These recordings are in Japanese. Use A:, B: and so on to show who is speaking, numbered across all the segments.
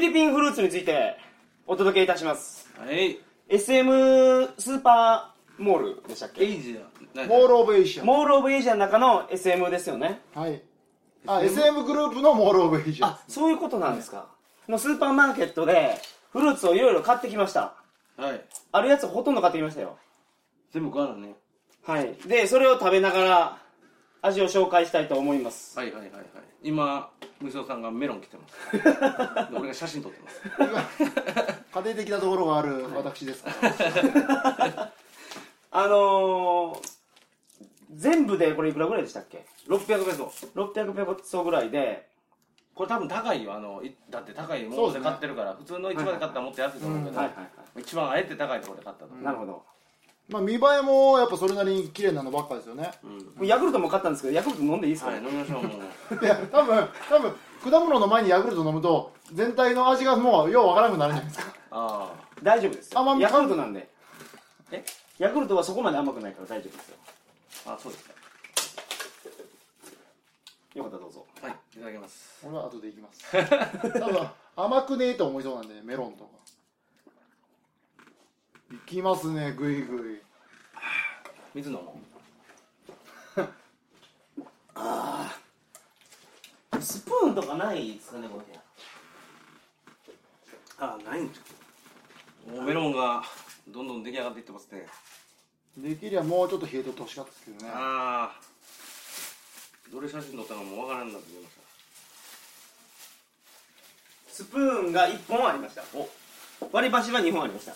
A: についてお届けいたします
B: はい。
A: SM スーパーモールでしたっ
B: エ
A: け
B: イジだ。
C: モールオブエイシアン。
A: モール・オブ・エイジアの中の SM ですよね
C: はい。あ、SM グループのモールオブエイジアン
A: あ。そういうことなんですかのスーパーマーケットでフルーツをいろいろ買ってきました
B: はい。
A: あるやつほとんど買ってきましたよ
B: 全部ガラね。
A: はいでそれを食べながら味を紹介したいと思います
B: はいはいはいはい。今、むしろさんがメロン切って ます。で俺が写真撮ってます。
C: 家庭的なところがある私ですから。
A: あのー、全部でこれいくらぐらいでしたっけ
B: 600ペソ。
A: 600ペソぐらいで
B: これ多分高いよ。あの、いだって高いも
C: そう
B: の
C: で
B: です
C: ね
B: 買ってるから、普通の市場で買ったらもっと安いと思うけど、
A: はいはいは
B: 一番あえて高いところで買ったと。
A: いなるほど
C: まあ見栄えもやっぱそれなりに綺麗なのばっかですよね。
A: ヤクルトも買ったんですけどヤクルト飲んでいいですか、
B: はい、飲みましょう、もう。
C: いや、多分、多分、果物の前にヤクルト飲むと、全体の味がもうようわからなくなるじゃないですか。
B: ああ。
A: 大丈夫ですよ
C: 甘み
A: ヤクルトなんで
B: え
A: ヤクルトはそこまで甘くないから大丈夫ですよ
B: あ、そうですか。
A: よかったらどうぞ
B: はい、いただきます。
C: 俺は後で行き ます。多分、甘くねえと思いそうなんで、メロンとか。いきますね、ぐいぐい。
B: 水飲も
A: スプーンとかないですかねこの部屋
B: あ、ないんじゃん。もうメロンが、どんどん出来上がっていってますね。
C: できりゃもうちょっと冷えとってほしかったですけどね。
B: ああ。どれ写真撮ったのかもわからんなってきまし
A: スプーンが1本ありました
B: た。お
A: 割り箸は2本ありました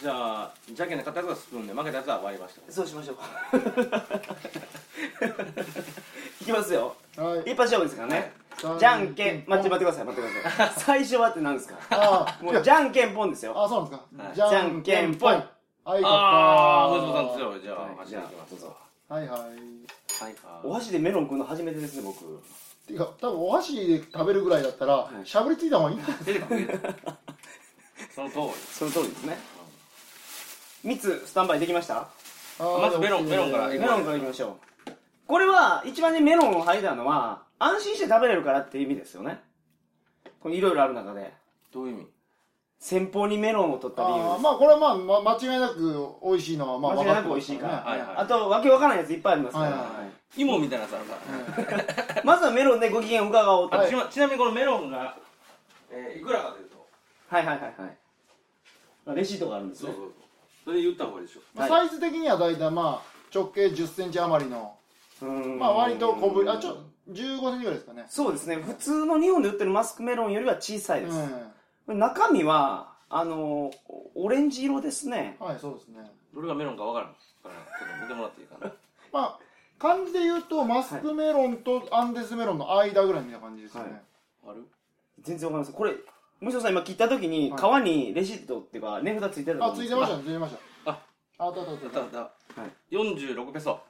B: じゃあ、じゃんけんで勝ったやつはスプーンで、負けたやつは割りました。
A: そうしましょう いきますよ
C: はい。
A: 一発勝負ですからねじゃんけん待って待ってください待ってくださ い最初はって何ですか
C: あ
A: もうじゃんけんぽんですよ
C: あ、そうなんですか。
B: はい
C: じゃんけんぽい。はい、
B: ああ、
C: 乾
B: むしろさん
C: 杯
B: 強い。じゃあ、走っていきま
A: どうぞ
C: はいはい。
B: す。はいか。
A: お箸でメロン食うの初めてですね僕
C: ていうか、多分お箸で食べるぐらいだったら、しゃぶりついた方がいいんだよ。
B: 手で隠れる。その通り。
A: その通りですね蜜スタンバイできました
C: あー
B: まずメロンメロンから
C: い
A: メ
C: や
A: ロンからいきましょうこれは一番ねメロンを剥いだのは安心して食べれるからっていう意味ですよねこのいろいろある中で
B: どういう意味
A: 先方にメロンを取った理由
C: あーまあ、これはまあ、ま間違いなく美味しいのは、まあ、
A: 間違いなく美味しい
C: 分っ
A: か
C: てますね
A: ら、
B: はいはい
A: あとわけわからないやついっぱいありますから、
C: はいはいはい
B: 芋みたいなさ、
A: まずはメロンでご機嫌を伺おうと、
B: あ
A: はい、
B: ちまちなみにこのメロンが、えーいくらかというと、
A: はいはいはいはいレシートがあるんです
B: そう
A: ね
B: そうそう。それ言った方がいいでしょ。
C: まあサイズ的には大体、まあ、直径10センチ余りの、
A: ま
C: まあ、割と小ぶり、あ、ちょ、15センチぐらいですかね。
A: そうですね普通の日本で売ってるマスクメロンよりは小さいです、
C: う
A: 中身はあのオレンジ色ですね
C: ん。はい、そうですね。
B: どれがメロンかわからんから、ちょっと見てもらっていいかな。
C: まあ、感じで言うと、マスクメロンとアンデスメロンの間ぐらいみたいな感じですよね。
A: はい
B: ある
A: 全然わかりませんこれむしろさん今切った時に
C: はい
A: 皮にレシートっていうか値札ついてる
C: あ、ついてましたたね、ついてました。
B: あ、
C: ああったあったあ
B: だ
C: っ
B: だ
C: た。
B: だ
A: はい
B: 46ペソ。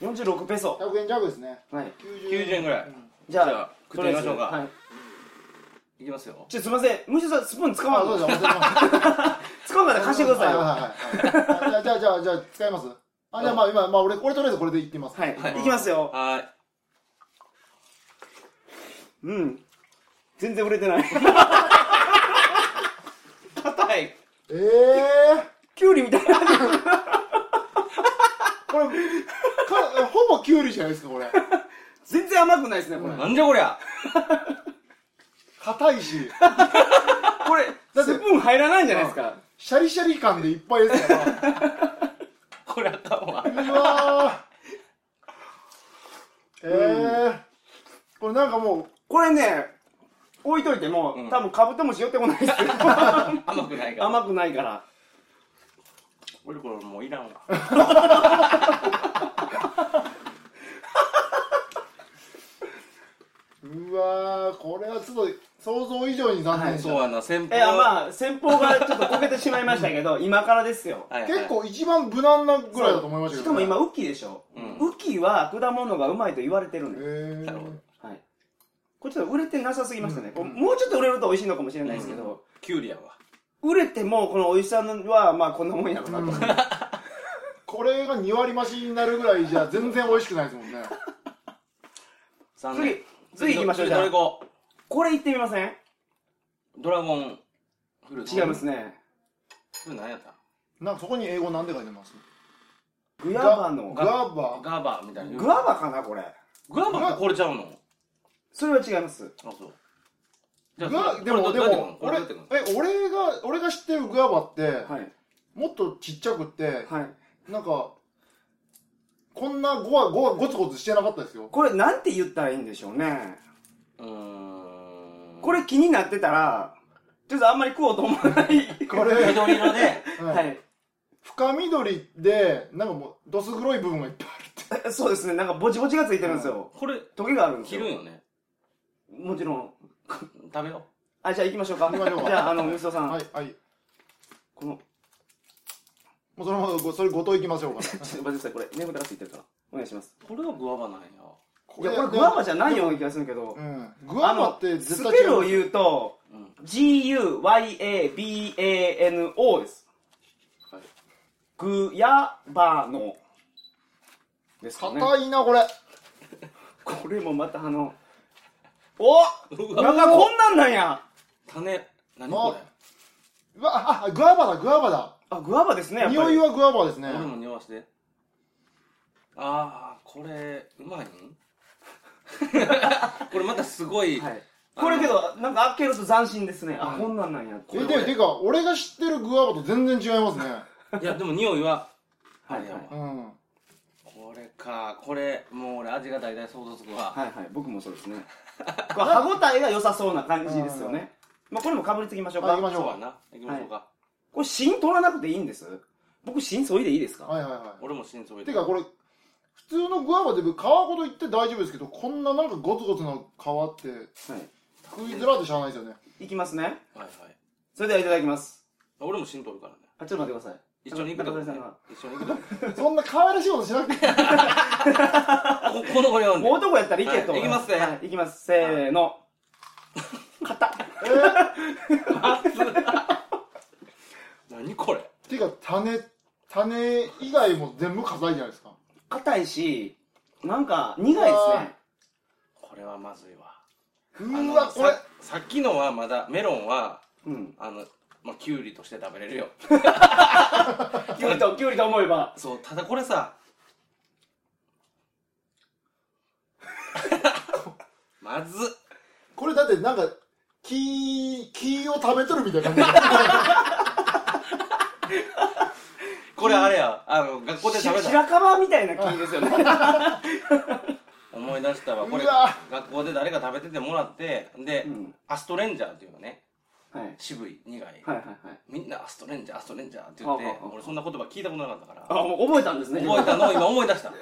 A: 46ペソ
C: 100円弱ですね。
A: はい
B: 90円ぐら
C: う
B: い
C: ん
A: じゃあ
B: じゃあ食ってみましょうか
A: とりあえずはい
B: いきますよ。
A: ちょすいませんむしろさんスプーン使
C: あ、
A: わ
C: そ
A: ん
C: う
A: と
C: です、忘れてました
A: 使わんから貸してくださいよは
C: はいはいはいはい。じゃあ、じゃあ、じゃあ、使いますあ、じゃあ、まあ、今、まあ、俺、俺とりあえずこれでいってみます。
A: い、
B: はい
A: い、きますよ
B: はーい。
A: うん全然売れてない
B: 硬い。
C: ええ
A: キュウリみたいな
C: ー、これ、かほぼキュウリじゃないですか、これ。
A: 全然甘くないですねこれ、
C: うん
B: なんじゃこりゃ。
C: 硬いし、
B: これ、
C: だっ
A: ス
C: て
A: プ、ーン入らないんじゃないですか
C: シャリシャリ感でいっぱいですから。
B: これ
C: う
B: 頭。
C: わー。ええー、これなんかも
A: これね置いといても、
B: うん
A: 多分カブトムシ寄ってこないですよ
B: 甘くないから。
A: 甘くないから
B: 俺これもういらんわ。
C: う、うわー、これはちょっと想像以上に残念でした。
B: そうやな、先方。
A: えまあ先方がちょっとこけてしまいましたけど今からですよ
B: はいはい
C: 結構一番無難なぐらいだと思いました
A: し
C: け
A: か
C: ど、
A: も
C: ね。
A: 今ウッキーでしょ、
B: うん
A: ウッキーは果物がうまいと言われてるん
C: え
A: で、
C: ー、
B: なるほど
A: はい、これちょっと売れてなさすぎましたね、
C: うん
A: こうもうちょっと売れると美味しいのかもしれないですけど、
B: キュウリやわ。
A: 売れてもこの美味しさのはまあこんなもんやろなと、
C: うんこれが2割増しになるぐらいじゃ全然美味しくないですもんね。
B: 残
A: 次
B: 念
A: 次行きましょうじゃ
B: どれ
A: あ
B: 行こう
A: これいってみません
B: ドラゴンフルーツ
A: 違いますね。
B: それ何やった
C: なんかそこに英語なんて書いてます
A: グアバの
C: グ。アバ
B: ガバみたいな
A: グアバかなこれ。
B: グアバってこれちゃうの
A: それは違います。
B: あそうじ
C: グア
B: これ
C: でも
B: ど
C: で
B: うやってくんの
C: も
B: これ
C: 俺
B: ど
C: え
B: うやってくんの
C: 俺が俺が知ってるグアバって、
A: はい。
C: もっとちっちゃくって
A: はい。
C: なんかこんなゴワゴワゴツゴツしてなかったですよ
A: これなんて言ったらいいんでしょうね。
B: うーん
A: これ気になってたら、ちょっとあんまり食おうと思わない。
C: これ、うん
B: 緑 色で
A: はい。
C: 深緑でなんかもうどす黒い部分がいっぱいあるって
A: えそうですね。なんかぼちぼちがついてるんですよ。
B: これ
A: トゲがあるんです
B: 切
A: よ
B: る。んよね
A: もちろん。
B: 食べよ
A: あ、じゃあ行きましょうか。
C: 行きましょうか
A: じゃあ、あの、みそさん。
C: はいはい
A: この、
C: もうそのままごそれごといきましょうか
A: ちょっと待ってください。これ、ネフがついてるから。お願いします。
B: うこれがグアバなんや
A: いや、これグアバじゃないような気がするけど
C: う。んグアバって
A: ス
C: 絶対
A: ペ
C: 違
A: ルを
C: う
A: 言うと、
B: うん
A: G-U-Y-A-B-A-N-O です。
B: はい
A: グヤバの。ですかね。
C: 硬いなこれ
A: これもまたあの、お
B: う
A: な
B: わ
A: んかこんなんなんや
B: 種何こ
C: うわああグアバだグアバだ
A: あ、グアバですね、やっぱ
C: 匂
A: り。
C: いはグアバですね
B: れ俺も匂わしてああこれう まいんこれまたすごい、
A: はい。これけど、なんか開けると斬新ですね。あ、
B: うん
A: こんなんなんやって。
C: えでてか俺が知ってるグアバと全然違いますね
B: いやでも匂いは
A: はい
B: あれやわ
C: うん
B: これかこれもう俺味が大体想像つくわ、
A: はいはい、僕もそうですね。これ歯応えが良さそうな感じですよね。まあこれもかぶりつきましょう
C: はい行きまし
A: か。
C: ょう
B: そうやな行きましょうか、
A: これ芯取らなくていいんです僕芯削いでいいですか
C: はいはいは
B: 俺も心臓入
C: い
B: れ
C: て
B: て
C: かこれ普通のグアバで皮ごといって大丈夫ですけどこんななんかゴツゴツの皮って
A: はい。
C: 食いづらってしゃあないですよ ね
A: いきますね。
B: はいはい
A: それではいただきます。
B: 俺も心臓あるからね
A: あ、ちょっと待ってください。
B: 一緒に行くとこ
A: 中
B: ね
A: 村さんが
B: 一緒に行くとこ
C: そんな可愛らしいことしなくて
B: こ このこれをね
A: もう男やったらいけと。
B: はいいきますね
A: はいいきます。せーの。硬。
B: 何これ
C: ていうか種種以外も全部硬いじゃないですか
A: 硬いし、なんか苦いですね。
B: これはまずいわ
C: う
B: あの
C: ーわこれ
B: ささっきのはまだメロンは
A: うん。
B: あのまあキュウリとして食べれるよ
A: きゅうりと、きゅうりと思えば。
B: そうただこれ さまずっ
C: これだってなんか木木を食べとるみたいな感
B: これあれやあの学校で食べ
A: し
B: た
A: 白樺みたいな感じですよ ね。
B: 思い出したわこれ
C: うわ
B: 学校で誰か食べててもらってで、
A: うん
B: アストレンジャーっていうのね
A: はい。
B: 渋い苦い、
A: はいはいはい。
B: みんなアストレンジャーアストレンジャーって言って
A: ああああ
B: 俺そんな言葉聞いたことなかったから
A: あ、もう覚えたんですね。
B: 覚えたのを今思い出 した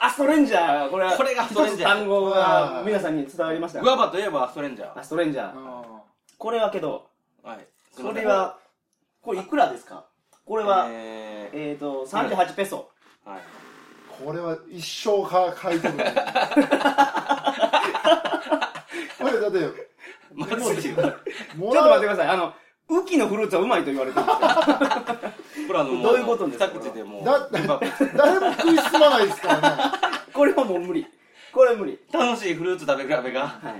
A: アストレンジャー、これは、
B: これがアストレンジャー
A: 一つ単語が皆さんに伝わりました
B: グ。アバといえばアストレンジャー
A: アストレンジャ
C: じ、う
A: ー。
C: ん
A: これはけど、
B: はいすいま
A: こ
B: せん
A: れは、これいくらですかこれは、
B: えー
A: えっと、38ペソ。
B: はい、
C: これは一生か書いてるこれだって
B: まずいわ
A: ちょ
C: も
A: っと待って
C: う
A: ください。あの、雨季のフルーツはうまいと言われてるん ですけど
B: これあのも
A: どういうことですか
B: 二口でもう
C: だ
B: ビバップ
C: 誰も食い進まないですからね
A: これはもう無理。これは無理。
B: 楽しいフルーツ食べ比べが
A: は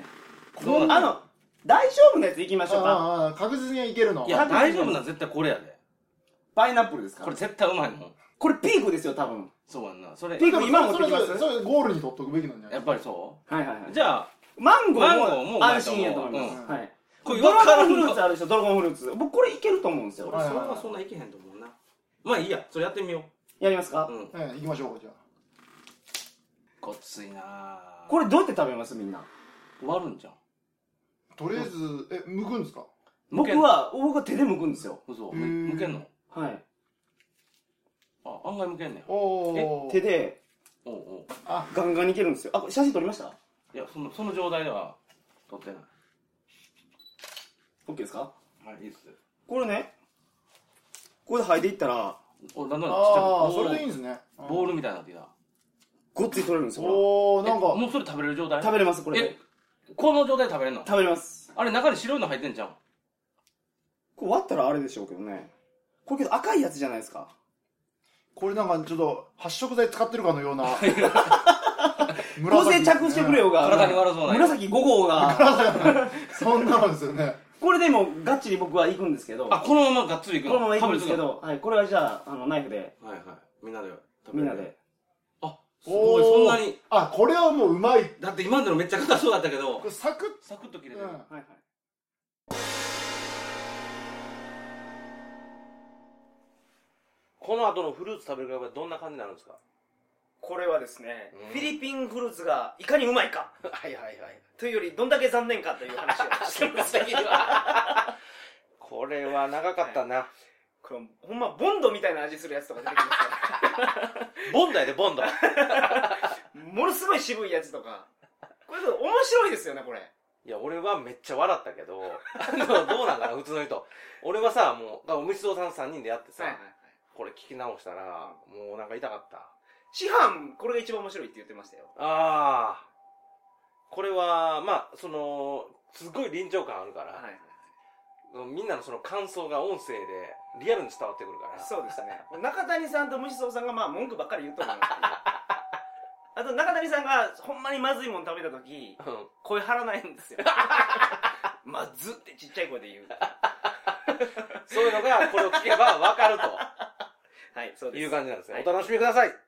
A: い。
B: どうな
A: あ
B: の
A: の、大丈夫なやついきましょうか。
C: ああああ確実にいけるの
B: いや
A: 食べ
B: 大
A: てみ
B: 丈
A: よう
B: 夫な絶対これやで
A: パイナップルですか
B: これ絶対うまいもん
A: これピークですよ、多分。
B: そうやんなそれ
A: ピーク
C: も
A: 今持っ
C: そ
A: て
C: れ
A: きます
C: それそれゴールに取っとくべきなんじゃな
B: や
C: い
B: っぱりそ
A: はいはいは
B: う
A: い。
B: じゃあ
A: マンゴ
B: マンゴー
A: ー
B: もう
A: も
B: まい
A: 安
B: と思
A: 心
B: う
A: やと思います。
C: うん
A: はい。
B: これ
A: ド
B: 分
A: ラ
B: か
A: ゴ
B: ら
A: ン
B: ん
A: フル
B: の
A: ーツあるでしょ、ドラゴンフルーツ。僕これいけると思うんですよ。
B: 俺それはそんないけへんと思うなまあいいやそれやってみよ
A: やりますか
B: ううん
C: ええ行きましょうかじゃあ
B: ごっついな
A: こ
B: れ
A: れどうやって食べますみんな。
B: 割るんじゃん
C: とりあえずえ剥くんですか
B: 剥
A: 僕
B: けん
A: は、僕は手で剥くんですよ。
B: 嘘
C: へー
B: むけんの
A: はい。
B: あ案外むけんねん
C: おお
A: 手で、
B: おうおう
A: ガンガンいけるんですよ。あ、これ写真撮りました
B: いやそのその状態では取ってない
A: ?OK ですか
B: はいいいっす
A: これね、これで剥いでいったら、
B: おだんだんちっちゃく
C: ああ
B: ボ
C: そ
B: ール
C: れでいいんですね
B: ボールみたいになってきた
A: ごっつい取れるんですよ。ほ
C: おお
B: え
C: なんか
B: もうそれ食べれる状態
A: ら食べれます、これで
B: え。この状態で食べれんの
A: 食べれます。
B: あれ中に白いの入ってんじゃん
A: これ割ったらあれでしょうけどね。これけど赤いやつじゃないですか。
C: これなんかちょっと発色剤使ってるかのような
A: 構成着してくれよが、
B: 体に悪そうな
A: 紫5号 が、
C: そんなのですよね
A: これでもうがっちり僕は行くんですけど、
B: あ
A: こ
B: このままがっつりいく
A: のまま行くん
B: 食べ
A: ですけ
B: る
A: ど、はい、これはじゃあ、あの、ナイフで、
B: はいはいみんなで食べ
A: み
B: る
A: んなで。
B: あすごいそんなに
C: あこれはもううまい
B: だって今までのめっちゃ硬そうだったけど
C: これサクッ
B: サクッと切れて
C: う
B: る、
C: ん
A: はいはい。
B: この後のフルーツ食べる比べはどんな感じになるんですか
A: これはですね、
B: うん
A: フィリピンフルーツがいかにうまいか、
B: はいはいはい
A: というより、どんだけ残念かという話 をしてます。
B: これは長かったな、
A: これ、ほんま、ボンドみたいな味するやつとか出てきますか
B: ボンドやでボンドい
A: ら、ものすごい渋いやつとか。これ、面白いですよね、これ。
B: や俺はめっちゃ笑ったけどあのどうなんかな普通の人俺はさもうだからお店堂さん3人でやってさ、
A: はいはい
B: これ聞き直したらもうなんか痛かった
A: 市販、これが一番面白いって言ってましたよ。
B: ああこれはまあそのすごい臨場感あるから、
A: はいはい。
B: みんなのその感想が音声でリアルに伝わってくるから
A: そうですね。中谷さんと虫草さんがまあ文句ばっかり言うと思うんですけど。あと中谷さんがほんまにまずいもん食べた時、
B: うん
A: 声張らないん ですよ。まずってちっちゃい声で言う。
B: そういうのがこれを聞けば分かる
A: はい、そう
B: と
A: です。
B: いう感じなんですね、
A: はい
B: お楽しみください